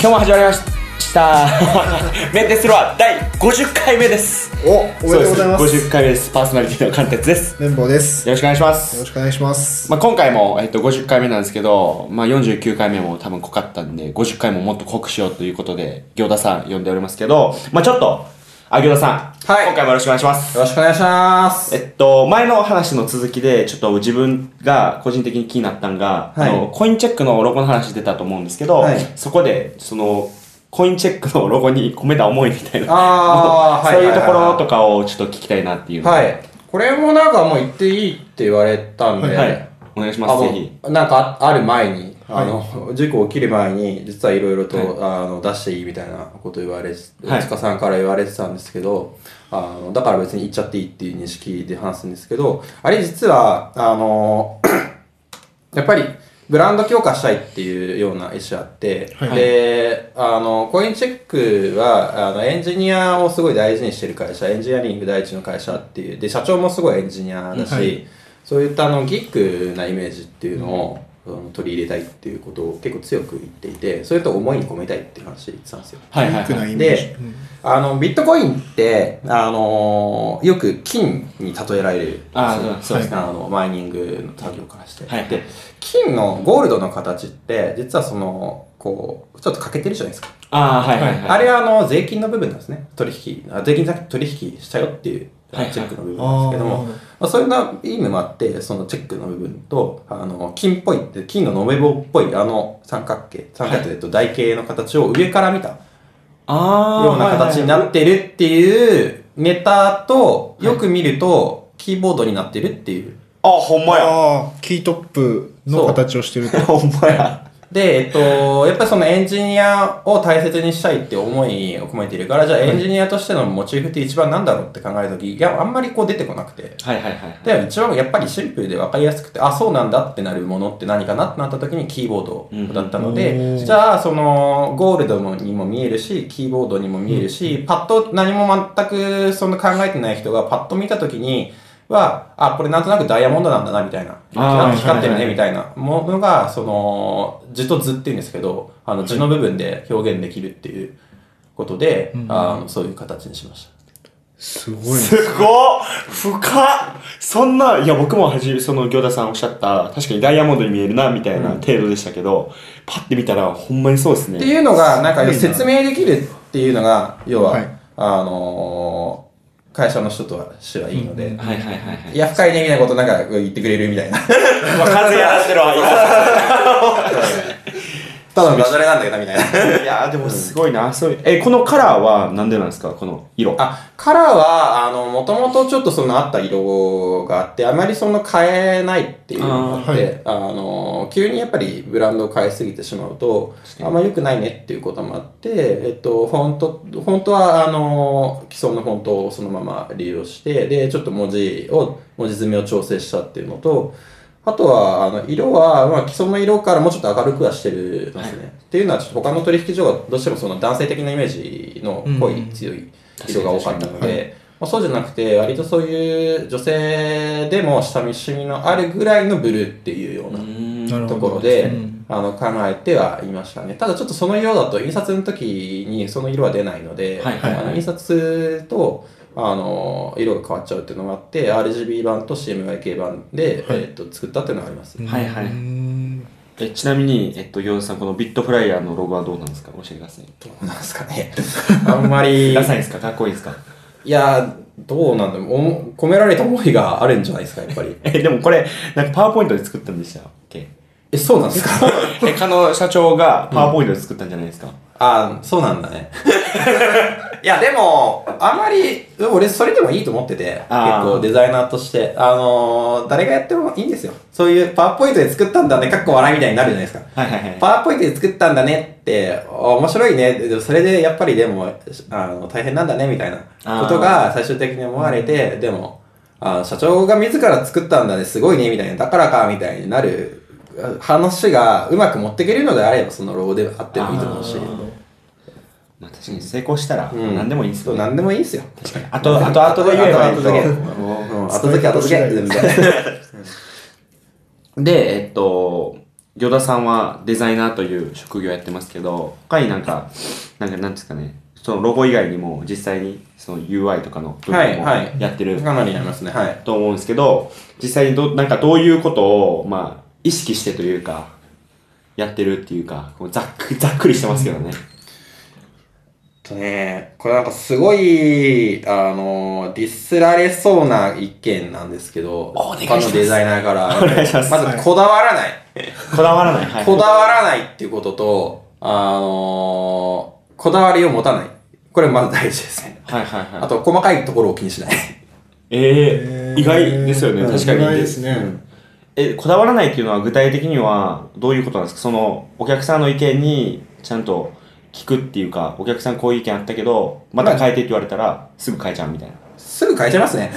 今日も始まりました。 メンテスロア第50回目です。おおめでとうございまそうです50回目です。パーソナリティの貫徹です。綿棒ですよよろしくお願いします。ろしくお願いしますまあ、今回も、えっと、50回目なんですけど、まあ、49回目も多分濃かったんで、50回ももっと濃くしようということで、行田さん呼んでおりますけど、まあ、ちょっと、あ、行田さん。はい今回もよろしくお願いします。よろしくお願いします。えっと、前の話の続きで、ちょっと自分が個人的に気になったんが、はいあの、コインチェックのロゴの話出たと思うんですけど、はいそこで、その、コインチェックのロゴに込めた思いみたいな、あーそういうはいとはいこはいはろいとかをちょっと聞きたいなっていうのがはい。これもなんかもう言っていいって言われたんで、はい。お願いしあます、ぜひ。のなんかあある前に、はいあの、 事故起きる前に、実はいろいろと、あの出していいみたいなこと言われ、はい大塚さんから言われてたんですけど、あの、だから別に言っちゃっていいっていう認識で話すんですけど、あれ実は、あの、 やっぱり、ブランド強化したいっていうような意思あって、はいで、あの、コインチェックは、あの、エンジニアをすごい大事にしてる会社、エンジニアリング第一の会社っていう、で、社長もすごいエンジニアだし、はいそういったあの、ギックなイメージっていうのを、あの取り入れたいっていうことを結構強く言っていて、それと思いに込めたいっていう話で言ってたんですよ。はいピはンクい、なはい。イメージで、あの、ビットコインって、あのよく金に例えられるんですよ。あーそうですねあの、マイニングの作業からして。はいで、金のゴールドの形って、実はその、こう、ちょっと欠けてるじゃないですか。ああ、はいはいはい。あれはあの、税金の部分なんですね。取引、あ税金じゃなくて取引したよっていう、あはいのはいチェックの部分なんですけども、あーまあ、そういうな意味もあって、そのチェックの部分と、あの、金っぽいって、金の延べ棒っぽいあの三角形、三角形というと台形の形を上から見た。あーような形になってるっていうネタと、よく見ると、キーボードになってるっていう。あ、ほんま や。ああキートップの形をしてるとほんまや。で、えっと、やっぱりそのエンジニアを大切にしたいって思いを込めているから、じゃあエンジニアとしてのモチーフって一番なんだろうって考えるとき、いや、あんまりこう出てこなくて。はいはいはい。で、一番やっぱりシンプルで分かりやすくて、あ、そうなんだってなるものって何かなってなった時にキーボードだったのうんおで、ーじゃあ、その、ゴールドにも見えるし、キーボードにも見えるし、パッと何も全くその考えてない人がパッと見た時には、あ、これなんとなくダイヤモンドなんだな、みたいな。あーなんか光ってるはいはいはね、いみたいなものが、その、字と図って言うんですけど、あの、字の部分で表現できるっていうことで、あのそういう形にしました。すごいねすごっ深っそんな、いや僕もはじその行田さんおっしゃった、確かにダイヤモンドに見えるな、みたいな程度でしたけど、パッて見たらほんまにそうですってね。いうのが、なんかすごいな説明できるっていうのが、要は、はいあのー会社の人とは私はいいので、はいはいはいはいいや、深いね、みたいなことなんか言ってくれるみたいな。まあ、完全やらしてるわ、今。ただ のダジャレなんだよな、みたいな。いやーでもすごいな、そういう。え、このカラーはなんでなんですかこの色。あ、カラーは、あの、もともとちょっとそのあった色があって、あまりその変えないっていうのがあって、あ,、の、急にやっぱりブランドを変えすぎてしまうと、あんま良くないねっていうこともあって、えっと、フォント、フォントは、あの、既存のフォントをそのまま利用して、で、ちょっと文字を、文字詰めを調整したっていうのと、あとは、あの、色は、まあ、既存の色からもうちょっと明るくはしてるんですね。っていうのは、ちょっと他の取引所がどうしてもその男性的なイメージの濃い強い色が多かったので、まあ、そうじゃなくて、割とそういう女性でも親しみのあるぐらいのブルーっていうようななるほどところで、うんあの考えてはいましたね。ただちょっとその色だと印刷の時にその色は出ないので、はいはいはいあの印刷とあの色が変わっちゃうっていうのがあって、RGB 版と CMYK 版で、えっと作ったっていうのがあります。はいはいうーんえちなみに、えっと、行田さん、このビットフライヤーのロゴはどうなんですか教えてください。どうなんですかね。あんまり、ダサいんですかかっこいいんですか。いや、どうなんだろうお込められた思いがあるんじゃないですか、やっぱりえ、でもこれ、なんかパワーポイントで作ったんでしたっけえ、そうなんですかえ、かの社長がパワーポイントで作ったんじゃないですか、あそうなんだね。 いや、でも、あまり、俺、それでもいいと思ってて、結あー構デザイナーとして、あのー誰がやってもいいんですよ。そういう、パワーポイントで作ったんだね、かっこ笑いみたいになるじゃないですか。はいはいはい。パワーポイントで作ったんだねって、お面白いね。でもそれで、やっぱりでも、あの、大変なんだね、みたいなことが最終的に思われて、でも、あ社長が自ら作ったんだね、すごいね、みたいな、だからか、みたいになる話がうまく持っていけるのであれば、そのロゴであってもいいと思うし。まあ、確かに成功したら、うん何でもいいんですそよう、ね。何でもいいですよ。確かに。あと、あと、あとで言えばいい後と々もううん後付け、後付け、全然。で、えっと、行田さんはデザイナーという職業やってますけど、他になんか、なんかなんですかね、そのロゴ以外にも実際にその UI とかの部は分いもはいやってるかなりありますね。はい。と思うんですけど、実際にど、なんかどういうことを、まあ、意識してというか、やってるっていうか、こうざっくざっくりしてますけどね。えっとね、これなんかすごい、あの、ディスられそうな意見なんですけど、お願いし他ますのデザイナーから。お願いしますまずこだわらない。こだわらない。はい。こだわらないっていうことと、あの、こだわりを持たない。これまず大事ですね。はいはいはい。あと、細かいところを気にしない。ええ意外ですよね、確かに。意外ですね。え、こだわらないっていうのは具体的にはどういうことなんですかその、お客さんの意見にちゃんと聞くっていうか、お客さんこういう意見あったけど、また変えてって言われたら、すぐ変えちゃうみたいな。すぐ変えちゃいますね。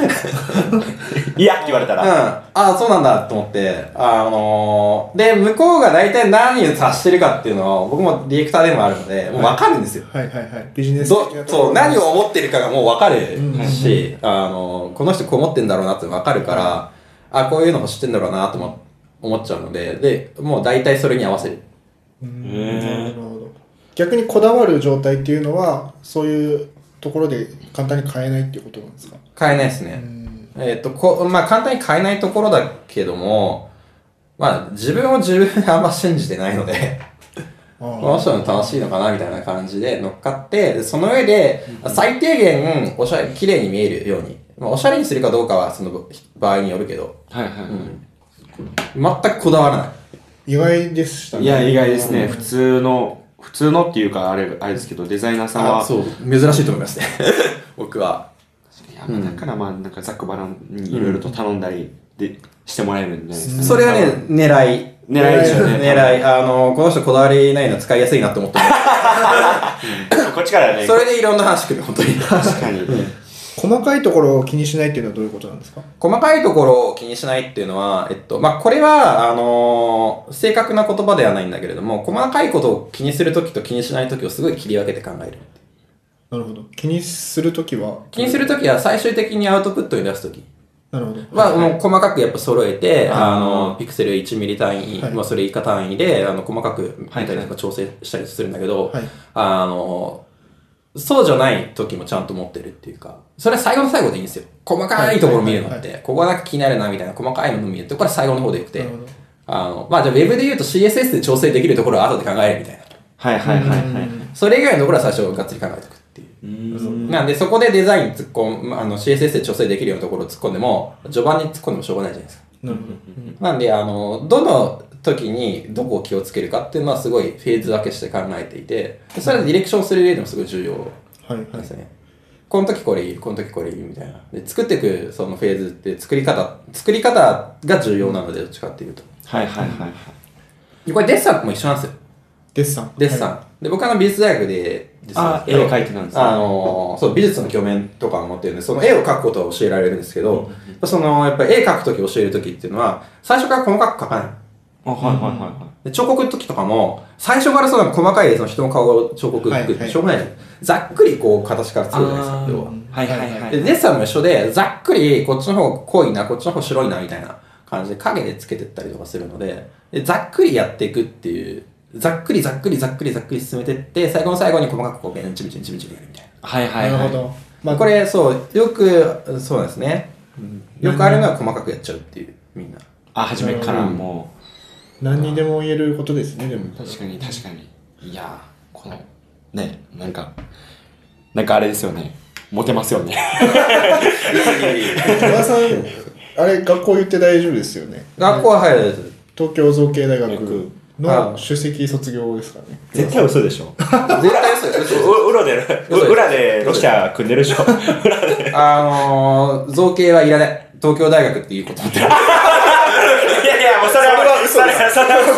いやって言われたうん。ら。ああ、そうなんだと思って、あのーで、向こうが大体何を達してるかっていうのは、僕もディレクターでもあるので、もうわかるんですよ。はいはいはい。ビジネスど的なとこそう、ろ何を思ってるかがもうわかるうんし、あの、この人こう思ってんだろうなってわかるから、あ、こういうのも知ってんだろうなとも思っちゃうので、で、もう大体それに合わせる。うんへーなるほど逆にこだわる状態っていうのはそういうところで簡単に変えないっていうことなんですか変えないですうね。んえっ、と、こう、まあ簡単に変えないところだけども、まあ自分を自分であんま信じてないので、あこのー人の楽しいのかなみたいな感じで乗っかって、でその上で、最低限、おしゃれ、綺麗に見えるように。まあ、おしゃれにするかどうかは、その場合によるけど、はいはいはい。全くこだわらない。意外でしたねいや、意外ですね。うん普通の、普通のっていうか、あれ、あれですけど、デザイナーさんは。そう、珍しいと思いますね。 僕は。いやだからまあ、なんかざっくばらんにいろいろと頼んだりで、してもらえるんで、それはね、狙い。狙いですよね 狙い。あの、この人こだわりないの使いやすいなと思ってる。こっちからね、それでいろんな話来る、本当に。確かに。細かいところを気にしないっていうのはどういうことなんですか細かいところを気にしないっていうのは、えっと、まあ、これは、あの正確な言葉ではないんだけれども、細かいことを気にするときと気にしないときをすごい切り分けて考える。なるほど気にするときは気にするときは最終的にアウトプットに出すとき。なるほどまあ、もう細かくやっぱ揃えて、あーあの、ピクセル1ミリ単位、はいまあそれ以下単位で、あの、細かく見たはいりとか調整したりするんだけど、はいあの、そうじゃない時もちゃんと持ってるっていうか、それは最後の最後でいいんですよ。細かいところ見るのはっいはいて、ここはなんか気になるなみたいな細かいの見るって、これは最後の方でよくなてるほど、あの、まあじゃあ Web で言うと CSS で調整できるところは後で考えるみたいな。はいはいはいはい。それ以外のところは最初がっつり考えておくっていう。なんで、そこでデザイン突っ込む、あの、CSS で調整できるようなところを突っ込んでも、序盤に突っ込んでもしょうがないじゃないですか。なるほどなんで、あの、どの時にどこを気をつけるかっていうのはすごいフェーズ分けして考えていて、でそれはディレクションする上でもすごい重要はいなんはですいよね。この時これいい、この時これいいみたいな。で、作っていくそのフェーズって作り方、作り方が重要なので、どっちかっていうと。はいはいはいはい。でこれデッサンも一緒なんですよ。デッサンデッサン。はで、僕はあの美術大学でデッサンやってあ絵を描いてたんですねあのーそう、美術の教面とかを持ってるんで、その絵を描くことは教えられるんですけど、その、やっぱり絵描くとき教えるときっていうのは、最初から細かく描かない。あはいはいはいはい。で彫刻の時とかも、最初からその細かいその人の顔を彫刻作はいっはて、いしょうがないじゃんざっくりこう形から作るじゃないですか、要は。はいはいはい。で、デッサンも一緒で、ざっくりこっちの方濃いな、こっちの方白いな、みたいな感じで影でつけてったりとかするので、でざっくりやっていくっていう、ざっくりざっくりざっくりざっくり進めてって、最後の最後に細かくこう、ベンチベンチベンチベンチやるみたいな。はいはいいなはるい。ほどまあ、これ、そう、よく、そうなんですね。よくあるのは細かくやっちゃうっていう、みんな。あ、初めからも何にでも言えることですねでもう。確かに確かに。いやー、この、ね、なんか、なんかあれですよね。モテますよね。小田さんあれ学校言って大丈夫ですよね学校は入るです。東京造形大学のあ首席卒業ですからね 絶対嘘でしょ。絶対そうです。う裏で、う裏でロシア組んでるでしょ。裏で。あのー、造形はいらない。東京大学っていうことだって。 いやいや、もうそれは嘘だ。それは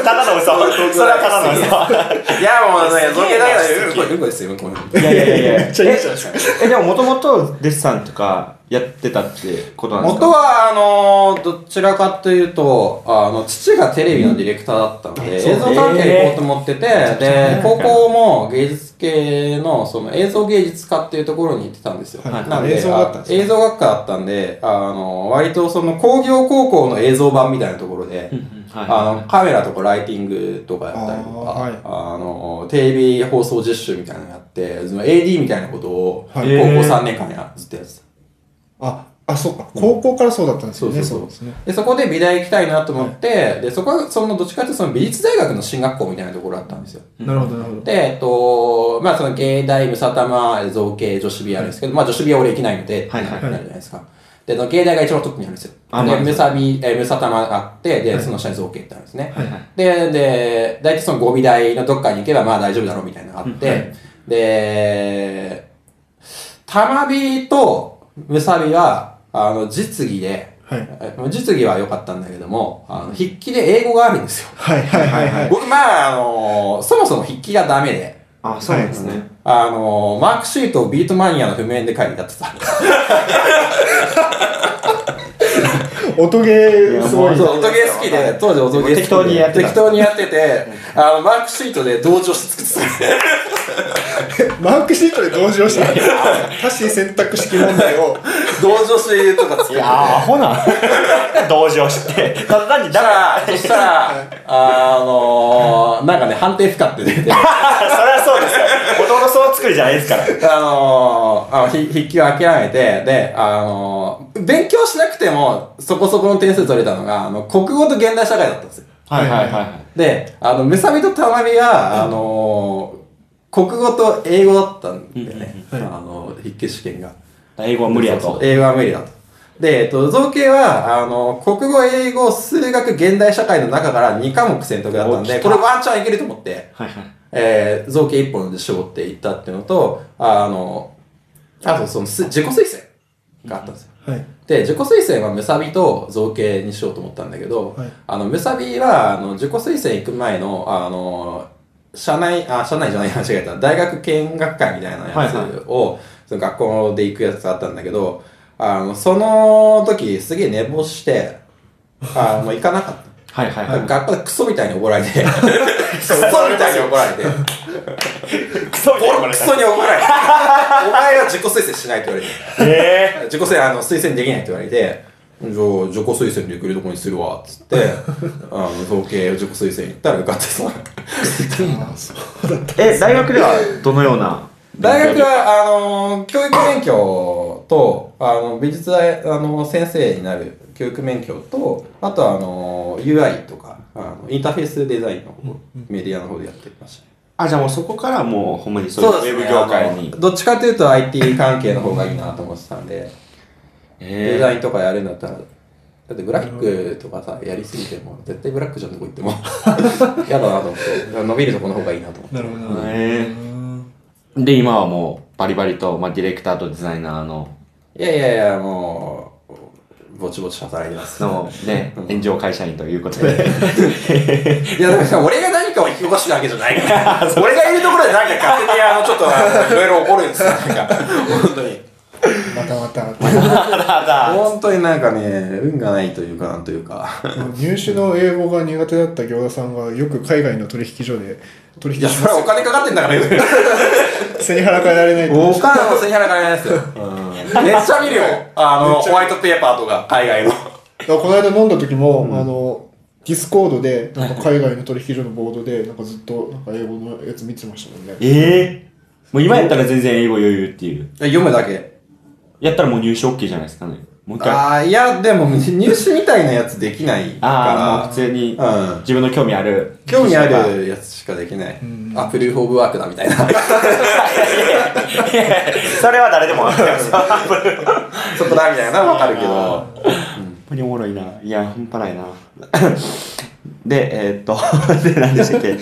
ただの嘘。それはただの嘘。いや、もうね、造形大学、すげえうんこ、うんこですよ、うんこ。いやいやいやいや。めっちゃいいじゃないですえ、でももともとデッサンとか、やってたってことなんですか元は、あのーどちらかというと、あの、父がテレビのディレクターだったので、そう映像関係行こうと思ってて、で、高校も芸術系の、その映像芸術科っていうところに行ってたんですよ。はいなん映像だったんですねあ映像学科だったんで、あの、割とその工業高校の映像版みたいなところで、はいあの、カメラとかライティングとかやったりとか、あ,、あーはいの、テレビ放送実習みたいなのやって、その AD みたいなことを、高は校い3年間やずっとやってた。あ、あ、そうか。高校からそうだったんですよね。そうそうそうですね。で、そこで美大行きたいなと思って、で、そこは、その、どっちかっていうと、その美術大学の進学校みたいなところだったんですよ。なるほど、なるほど。で、えっと、まあ、その、芸大、ムサタマ、造形、女子部屋ですけど、まあ、女子部屋俺行けないので、はいはいはいなるじゃないですか。で、その芸大が一番トップにあるんですよ。あまあで、ムサビ、えームサタマがあって、で、その下に造形ってあるんですね。はいはいで、で、大体その5美大のどっかに行けば、まあ大丈夫だろうみたいなのがあって、で、玉美とムサビは、あの、実技で、はい。え実技は良かったんだけども、あの、筆記で英語があるんですよ。はいはいはいはい。僕、まあ、あの、そもそも筆記がダメで、あ、そうなんですね。あの、マークシートをビートマニアの譜面で書いてやってた。音ゲーすごい。いやそう、音ゲー好きで、当時音ゲー好きで。適当にやってた適当にやってて、あの、マークシートで同情して作ってた。マークシートで同時をして、他し選択式問題を。 同情してとか作ってて。いやー、アホな。 同情して。ただ単にだだかから、ら、そしたら、あのー、なんかね、判定不可って出て、そりゃそうですよ。元々そう作りじゃないですから。あのー、あのひ筆記を諦めて、で、あのー、勉強しなくても、そこそこの点数取れたのが、あの、国語と現代社会だったんですよ。はいはいはい。で、あの、ムサビとタマミは、あのー、国語と英語だったんだよね。あの、筆記試験が。英語は無理やそうそとう。英語は無理だと。で、えっと、造形は、あの、国語、英語、数学、現代社会の中から2科目選択だったんお来で、たこれワンチャンいけると思って、はいはい。えー、造形一本で絞っていったっていうのと、あの、あとその、す自己推薦があったんですよ。はい。で、自己推薦はムサビと造形にしようと思ったんだけど、はいあの、ムサビは、あの、自己推薦行く前の、あの、社内、あ、社内じゃない、間 違えた。大学見学会みたいなやはいつを、その学校で行くやつがあったんだけど、あの、その時、すげえ寝坊して、あもう行かなかった。はいはいは学校でクソみたいに怒られて、クソみたいに怒られて、い。クソボロクソに怒られて、お前は自己推薦しないって言われて。え自己推薦あの推薦できないって言われて、じゃあ、自己推薦できるとこにするわ、っつ って、あの、造形自己推薦行ったら受かってそう。あそうー、え、大学ではどのような 大学は、あの、教育免許と、あの、美術大、あの、先生になる教育免許と、あとは、あの、UI とか、あの、インターフェースデザインの方メディアの方でやってましたね。あ、じゃあもうそこからもうほんまにそういうウェブ業界あにの。どっちかというと IT 関係の方がいいなと思ってたんで。デザえインとかやるんだったら、だってグラフィックとかさ、やりすぎても、絶対ブラックじゃんとこ行っても、 やだなと思って、伸びるとこの方がいいなと思って。なるほどなるーほど。えー。で、今はもうバリバリと、まあディレクターとデザイナーの、いやいやいや、もう、ぼちぼち働いてます。のね、炎上会社員ということで。いや、だから俺が何かを引き起こしてるわけじゃないから、 俺がいるところでなんか勝手に、あの、ちょっと、いろいろ怒るんですよ、 なんか。本当に。またまた。本当になんかね、運がないというか、なんというか。入手の英語が苦手だった餃子さんがよく海外の取引所で取い引や、しそれまはお金かかってんだから、よく。す。背に腹変えられないと。お金はもう背に腹がないですよ。めっちゃ見るよ。あの、ホワイトペーパーとか、海外の。だからこの間飲んだ時も、あのディスコードでなんか海外の取引所のボードでなんかずっとなんか英語のやつ見てましたもんね。ええー。もう今やったら全然英語余裕っていう。読むだけ。やったらもう入手 OK じゃないですかね。もう一回。あああ、いや、でも、入手みたいなやつできないから。あー、もう普通にうん自分の興味ある。興味 あるやつしかできない。アプリフォーブワークだみた いな。それは誰でも分かります。本そこだみたいなのはわかるけど。当におもろいな。いや、半端ないな。で、えーっと、 で、何でしたっけ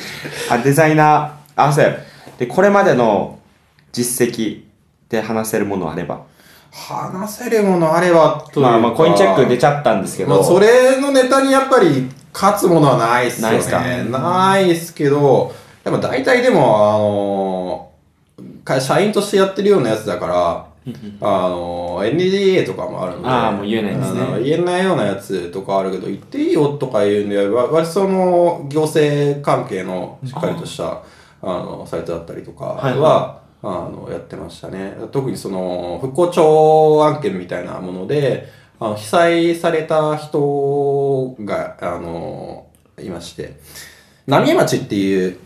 あ、デザイナー、あ、そうや。で、これまでの実績で話せるものあれば。話せるものあればというかまあまあ、コインチェック出ちゃったんですけど。まあ、それのネタにやっぱり勝つものはないっすよないっすかね。ないっすけど、でも大体でも、あのー会、社員としてやってるようなやつだから、あの、NDA とかもあるので、あーもう言えないですねあの言えないようなやつとかあるけど、言っていいよとか言うんであれば、割とその行政関係のしっかりとした、あの、サイトだったりとかは、はいはあの、やってましたね。特にその、復興庁案件みたいなもので、あの被災された人が、あの、いまして、浪江町っていう、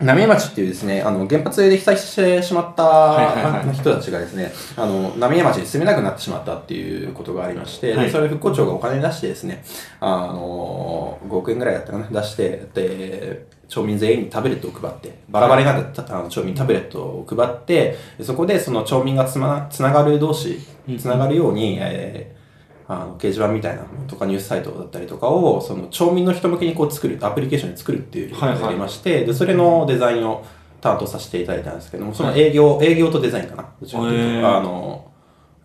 浪江町っていうですね、あの、原発で被災してしまった、いはいはい人たちがですね、あの、浪江町に住めなくなってしまったっていうことがありまして、ではいそれ復興庁がお金出してですね、あの、5億円ぐらいだったかな、出して、で、町民全員にタブレットを配って、バラバラになったあの町民にタブレットを配って、でそこでその町民がつ,、ま、つながる同士、つながるように、えーあの掲示板みたいなのとかニュースサイトだったりとかをその町民の人向けにこう作るアプリケーションで作るっていうのはいはいがありまして、でそれのデザインを担当させていただいたんですけどもその営業、営業とデザインかなどちらかというとへーあの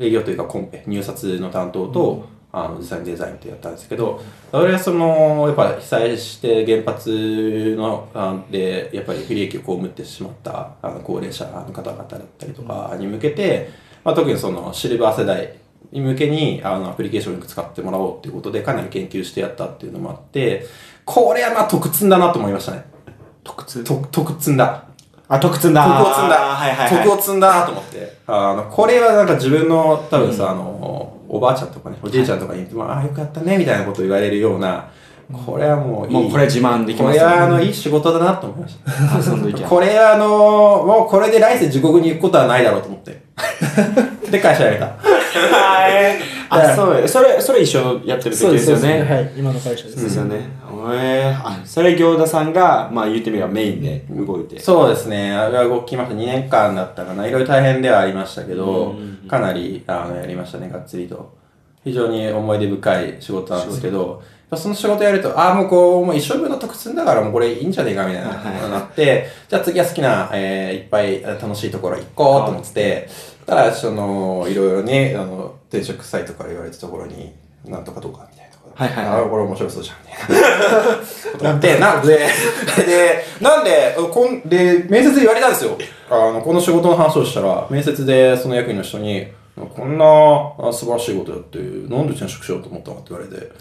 営業というかコンペ入札の担当と、あのデザインデザインってやったんですけど俺はそのやっぱ被災して原発のあでやっぱり不利益を被ってしまったあの高齢者の方々だったりとかに向けて、まあ、特にそのシルバー世代に向けにあのアプリケーションをよく使ってもらおうっていうことでかなり研究してやったっていうのもあってこれはまあ特訓だなと思いましたね特通と特訓だあ、特通だ。徳を積んだ、はいはいはい。徳を積んだと思ってあのこれはなんか自分の多分さ、あのおばあちゃんとかねおじいちゃんとかに言っても、ああよくやったねみたいなこと言われるようなこれはもういいもうこれは自慢できこますれよはあのいい仕事だなと思いましたあその意見これはあのもうこれで来世地獄に行くことはないだろうと思って で会社辞めたはい。あ、そう。それ、それ一緒やってる時ですよね。はい、今の会社です。そうですよね。えーあ、それ行田さんが、まあ言ってみればメインで動いて。そうですね。あれは動きました。2年間だったかな。いろいろ大変ではありましたけど、かなりあのやりましたね、がっつりと。非常に思い出深い仕事なんですけど、その仕事やると、ああ、もうこう、もう一生分の特訓だからもうこれいいんじゃねえかみたいな、なって、じゃあ次は好きな、えーいっぱいあ楽しいところ行こうと思ってて、たら、その、いろいろね、あの、転職サイトから言われたところに、なんとかどうかみたいなとこはろ。いはいはいああ、これ面白そうじゃん、みたいな。 なんで、なんで、で、なんで、こん、で、面接で言われたんですよ。あの、この仕事の話をしたら、面接でその役員の人に、こんなあ素晴らしいことやって、なんで転職しようと思ったのって言われて、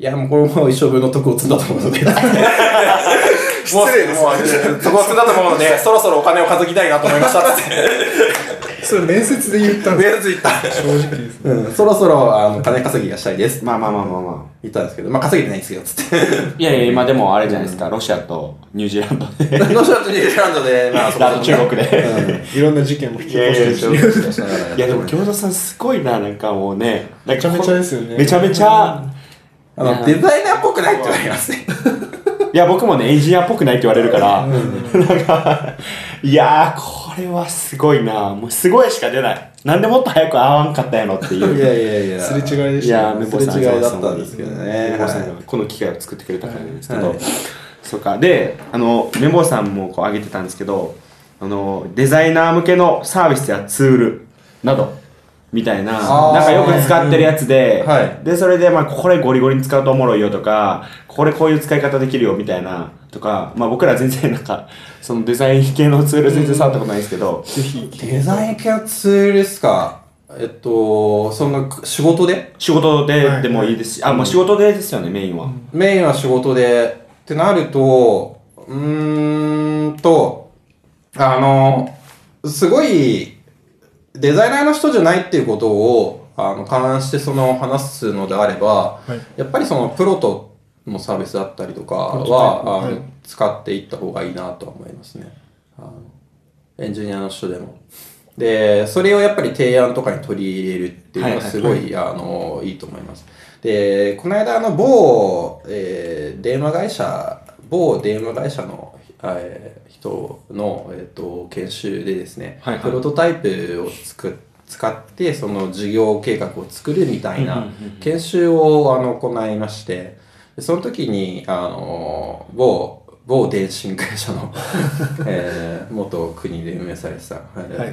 いや、もうこれもう一生分の徳を積んだと思うので、 失礼です。もう、徳を積んだと思うの で、そろそろお金を稼ぎたいなと思いましたって、それ面接で言ったんで 面接行った。す。正直ですね。うん、そろそろ、あの、金稼ぎがしたいです。まあまあまあまあま言ったんですけど、まあ稼げてないんですけど、つって。あ。いやいや、今でもあれじゃないですか。ロシアとニュージーランドで。 ロシアとニュージーランドで、まあ、そこ そあこと中国で。いろんな事件も引き起こしてるし。いやでも行田さんすごいな、なんかもうね。めめちゃめちゃですよねめちゃめちゃ。あの、デザイナーっぽくないって言われますね。いや、僕もね、エンジニアっぽくないって言われるから。なんか、いやー、これはすごいな。もうすごいしか出ない。なんでもっと早く会わんかったんやろっていう。やいやいやすれ違いでいしやたー、めね。ぼさんすれ違いだったんですけどねめぼさんがこの機会を作ってくれたからですけど、そうかであのめぼさんもこう挙げてたんですけどあのデザイナー向けのサービスやツールなどみたいなあーなんかよく使ってるやつで、うんはいでそれで、まあ、これゴリゴリに使うとおもろいよとかこれこういう使い方できるよみたいなとか、まあ、僕ら全然なんか そのデザイン系のツール全然触ったことないですけど、ぜひ。デザイン系のツールですかえっと、その仕事で仕事はでいでもいいですし、あもう仕事でですよねメインは、メインは仕事でってなると、うーんと、あの、すごいデザイナーの人じゃないっていうことを、あの、勘案してその話すのであれば、はいやっぱりそのプロトのサービスだったりとかプロトタイプは、あのはい使っていった方がいいなとは思いますね。あのエンジニアの人でも。で、それをやっぱり提案とかに取り入れるっていうのはいがはいすごい、あの、いいと思います。で、この間、あの、某、えー電話会社、某電話会社の、えー人の、えっ、と、研修でですね、はいはいプロトタイプを作っ使って、その事業計画を作るみたいな研修を、あの、行いまして、でその時に、あの、某、某電信会社の、えー元国で運営されてた、えーは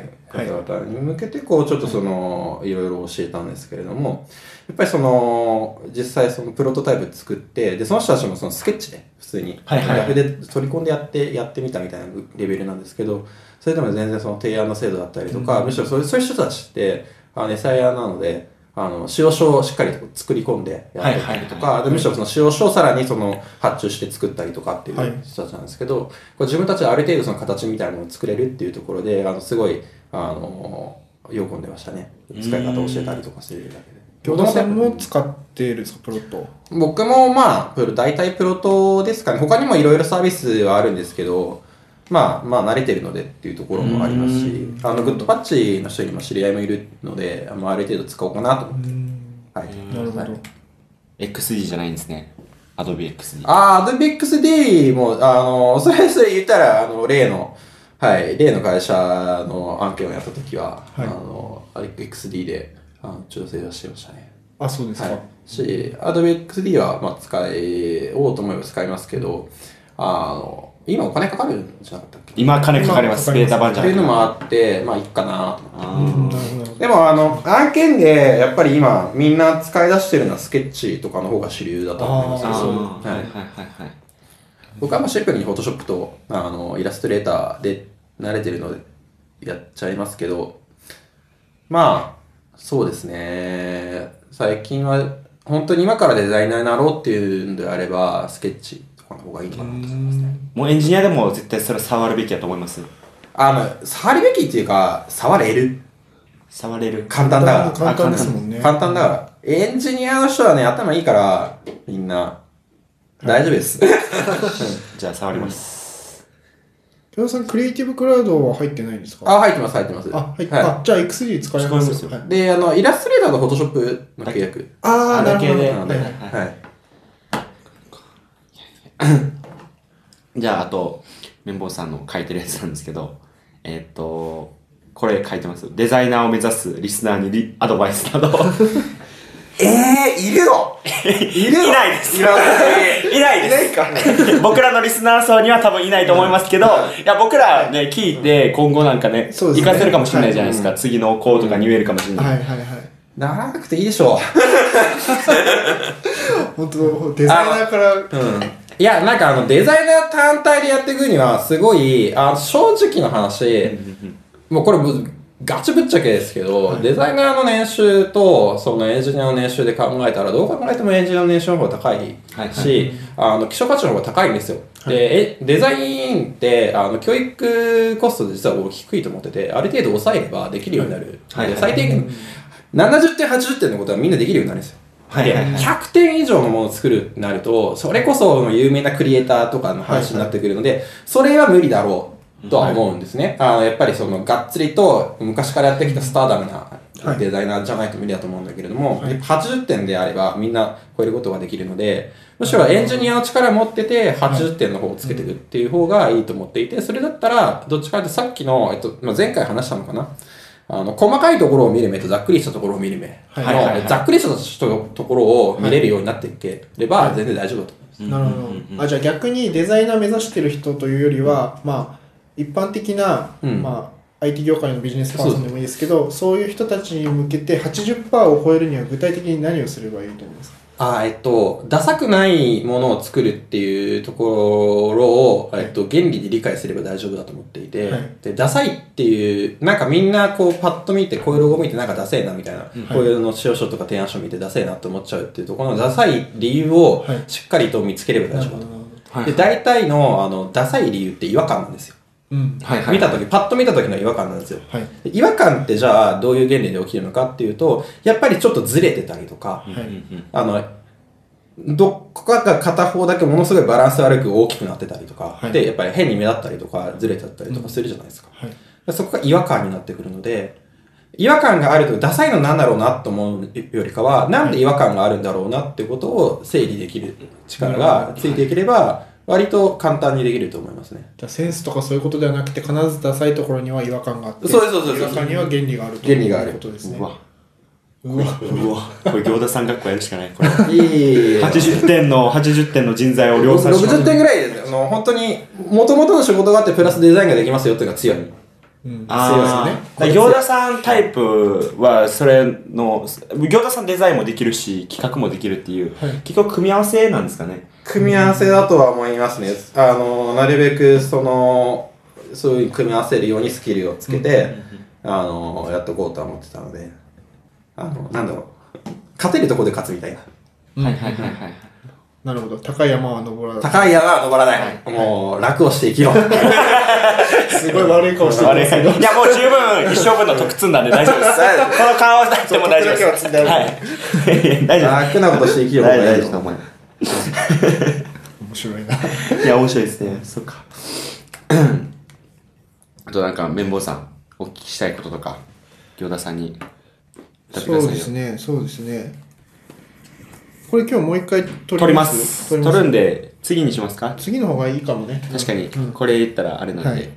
い方々に向けてこうちょっとその、い、ろいろ教えたんですけれどもやっぱりその実際そのプロトタイプ作ってでその人たちもそのスケッチで普通にはいはいラフで取り込んでやってやってみたみたいなレベルなんですけどそれでも全然その提案の精度だったりとか、むしろそういうそういう人たちってあの SIR なのであの使用書をしっかりと作り込んでやってたりとはいはいか、でむしろその使用書をさらにその発注して作ったりとかっていはうい人たちなんですけど、これ自分たちである程度その形みたいなのを作れるっていうところであのすごいあの喜んでましたね使い方を教えたりとかするだけで。京田さんも使ってるんですか、プロット。僕もまあ、プロ、大体プロトですかね。他にもいろいろサービスはあるんですけど、まあ、まあ、慣れてるのでっていうところもありますし、あの、グッドパッチの人にも知り合いもいるので、あのある程度使おうかなと思って。はい。なるほはいど。 XD じゃないんですね。Adobe XD。あー、アドビックスデイも、あの、それ、それ言ったら、あの、例の、はい、例の会社の案件をやったときは、はいあの、XD で、あの、調整をしてましたね。あ、そうですか。はい、し、Adobe XD はまあ使えおうと思えば使いますけど、あの、今お金かかるんじゃなかったっけ今金かかります。今ベータ版じっゃてないいうのもあって、まあいっかなと思ってあなるほどなるほど。でもあの、案件でやっぱり今みんな使い出してるのはスケッチとかの方が主流だと思いまーすあけど、ー。はいははいい、はいはい。僕はまあシンプルに Photoshop とあのイラストレーターで慣れてるのでやっちゃいますけど、まあ、そうですね。最近は、本当に今からデザイナーになろうっていうんであれば、スケッチとかの方がいいのかなと思いますね。もうエンジニアでも絶対それ触るべきだと思います。あの、触るべきっていうか、触れる。触れる。簡単だから。簡単ですもんねあ簡単簡単だから。エンジニアの人はね、頭いいから、みんな、大丈夫です。じゃあ触ります。京田さん、クリエイティブクラウドは入ってないんですかあ、入ってます、入ってます。あ、はい。はあ、じゃあ XD 使えます使えますよはいい。で、あの、イラストレーターと Photoshop の契約。ああ、なるほど。だけではいはいはいはい。じゃああと、綿棒さんの書いてるやつなんですけど、えーっと、これ書いてます。デザイナーを目指すリスナーにリアドバイスなど。ええいるのいるのいないですいらない。いないです。いか。 僕らのリスナー層には多分いないと思いますけど、いや、僕らね、聞いて、今後なんかね、そ活うですねかせるかもしれないじゃないですか。次のこうとかに言えるかもしれない。はいはいはい。ならなくていいでしょ本当デザイナーから、う。うん。いや、なんかあの、デザイナー単体でやっていくには、すごい、あ正直の話、もうこれぶ、ガチぶっちゃけですけど、デザイナーの年収と、そのエンジニアの年収で考えたら、どう考えてもエンジニアの年収の方が高いはいし、あの、希少価値の方が高いんですよ。で、えデザインって、あの、教育コスト実は僕低いと思ってて、ある程度抑えればできるようになる。はいで最低限、70点、80点のことはみんなできるようになるんですよ。はいはいはいで100点以上のものを作るってなると、それこそ有名なクリエイターとかの話になってくるので、それは無理だろうとは思うんですね。あの、やっぱりその、がっつりと昔からやってきたスターダムはないデザイナーじゃないと無理だと思うんだけれども、はいやっぱ80点であればみんな超えることができるので、むしろエンジニアの力を持ってて80点の方をつけていくっていう方がいいと思っていて、それだったら、どっちかというとさっきの、えっと、まあ、前回話したのかな。あの、細かいところを見る目とざっくりしたところを見る目の、はいはいはいざっくりしたとところを見れるようになっていければ全然大丈夫だと思いまなす。るほど。あ、じゃあ逆にデザイナー目指してる人というよりは、まあ、一般的な、うんまあ、IT 業界のビジネスパーソンでもいいですけど、そういう人たちに向けて80%を超えるには具体的に何をすればいいと思いますかあーえっと、ダサくないものを作るっていうところを、えっと、原理で理解すれば大丈夫だと思っていて、はいで、ダサいっていう、なんかみんなこうパッと見て、こういうロゴ見てなんかダセえなみたいな、こういうの使用書とか提案書見てダセえなって思っちゃうっていうところのダサい理由をはいしっかりと見つければ大丈夫だと。はいで、大体の、あの、ダサい理由って違和感なんですよ。うん。はいはい。見たとき、パッと見たときの違和感なんですよ。はい。で違和感ってじゃあどういう原理で起きるのかっていうと、やっぱりちょっとずれてたりとか、はうんうい。んあの、どっかが片方だけものすごいバランス悪く大きくなってたりとか、はいで、やっぱり変に目立ったりとか、ずれちゃったりとかするじゃないですか。はい。でそこが違和感になってくるので、違和感があると、ダサいのなんだろうなと思うよりかは、なんで違和感があるんだろうなってことを整理できる力がついていければ、割と簡単にできると思いますね。じゃあセンスとかそういうことではなくて、必ずダサいところには違和感があって、そうですそうですそうです違和感には原理があると原理があるいうことですね。うわ。うわうわ、これ行田三学校やるしかない。これいい80点の、80点の人材を量産し60点ぐらいですよ。あの本当に、もともとの仕事があってプラスデザインができますよっていうのが強い。うんあ強いですねあ、だから行田さんタイプは、それの、行田さんデザインもできるし、企画もできるっていう、はい結局組み合わせなんですかね。組み合わせだとは思いますね。あの、なるべくその、そういう組み合わせるようにスキルをつけて、あの、やっとこうとは思ってたので、あの、なんだろう、勝てるとこで勝つみたいな。はいはいはいはい。なるほど高い山は登らない高い山は登らない。もう、楽をしていきよう。 すごい悪い顔してあるれんですけいどや、もう十分一生分の得積んだんで大丈夫です。この顔だっても大丈夫です。そう得だけははい。大丈夫楽なことしていきよう。大丈夫大丈夫 面白いないや、面白いですね。そっか。あとなんか、綿棒さん、お聞きしたいこととか、行田さんに、歌ってくそださいようですねそうですねこれ今日もう一回撮撮ります。撮撮りまするんで、次にしますか次の方がいいかもね確かにう、んこれ言ったらあれなんで。はい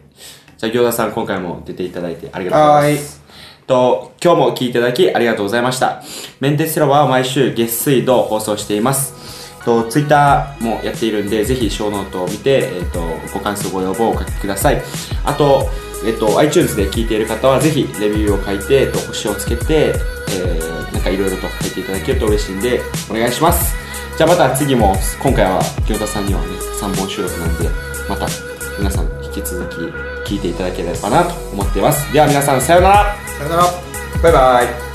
じゃあ、行田さん、今回も出ていただいてありがとうございます。と、今日も聞いていただきありがとうございました。メンテスラバは毎週月水土放送しています。と、ツイッターもやっているんで、ぜひ小ノートを見て、えっ、と、ご感想、ご要望をお書きください。あと、えっ、と、iTunes で聞いている方は、ぜひレビューを書いて、えっと、星をつけて、えー、なんかいろいろと書いていただけると嬉しいんで、お願いします。じゃあまた次も、今回は行田さんにはね、3本収録なんで、また皆さん引き続き聞いていただければなと思っています。では皆さん、さようならさよなら。バイバイ。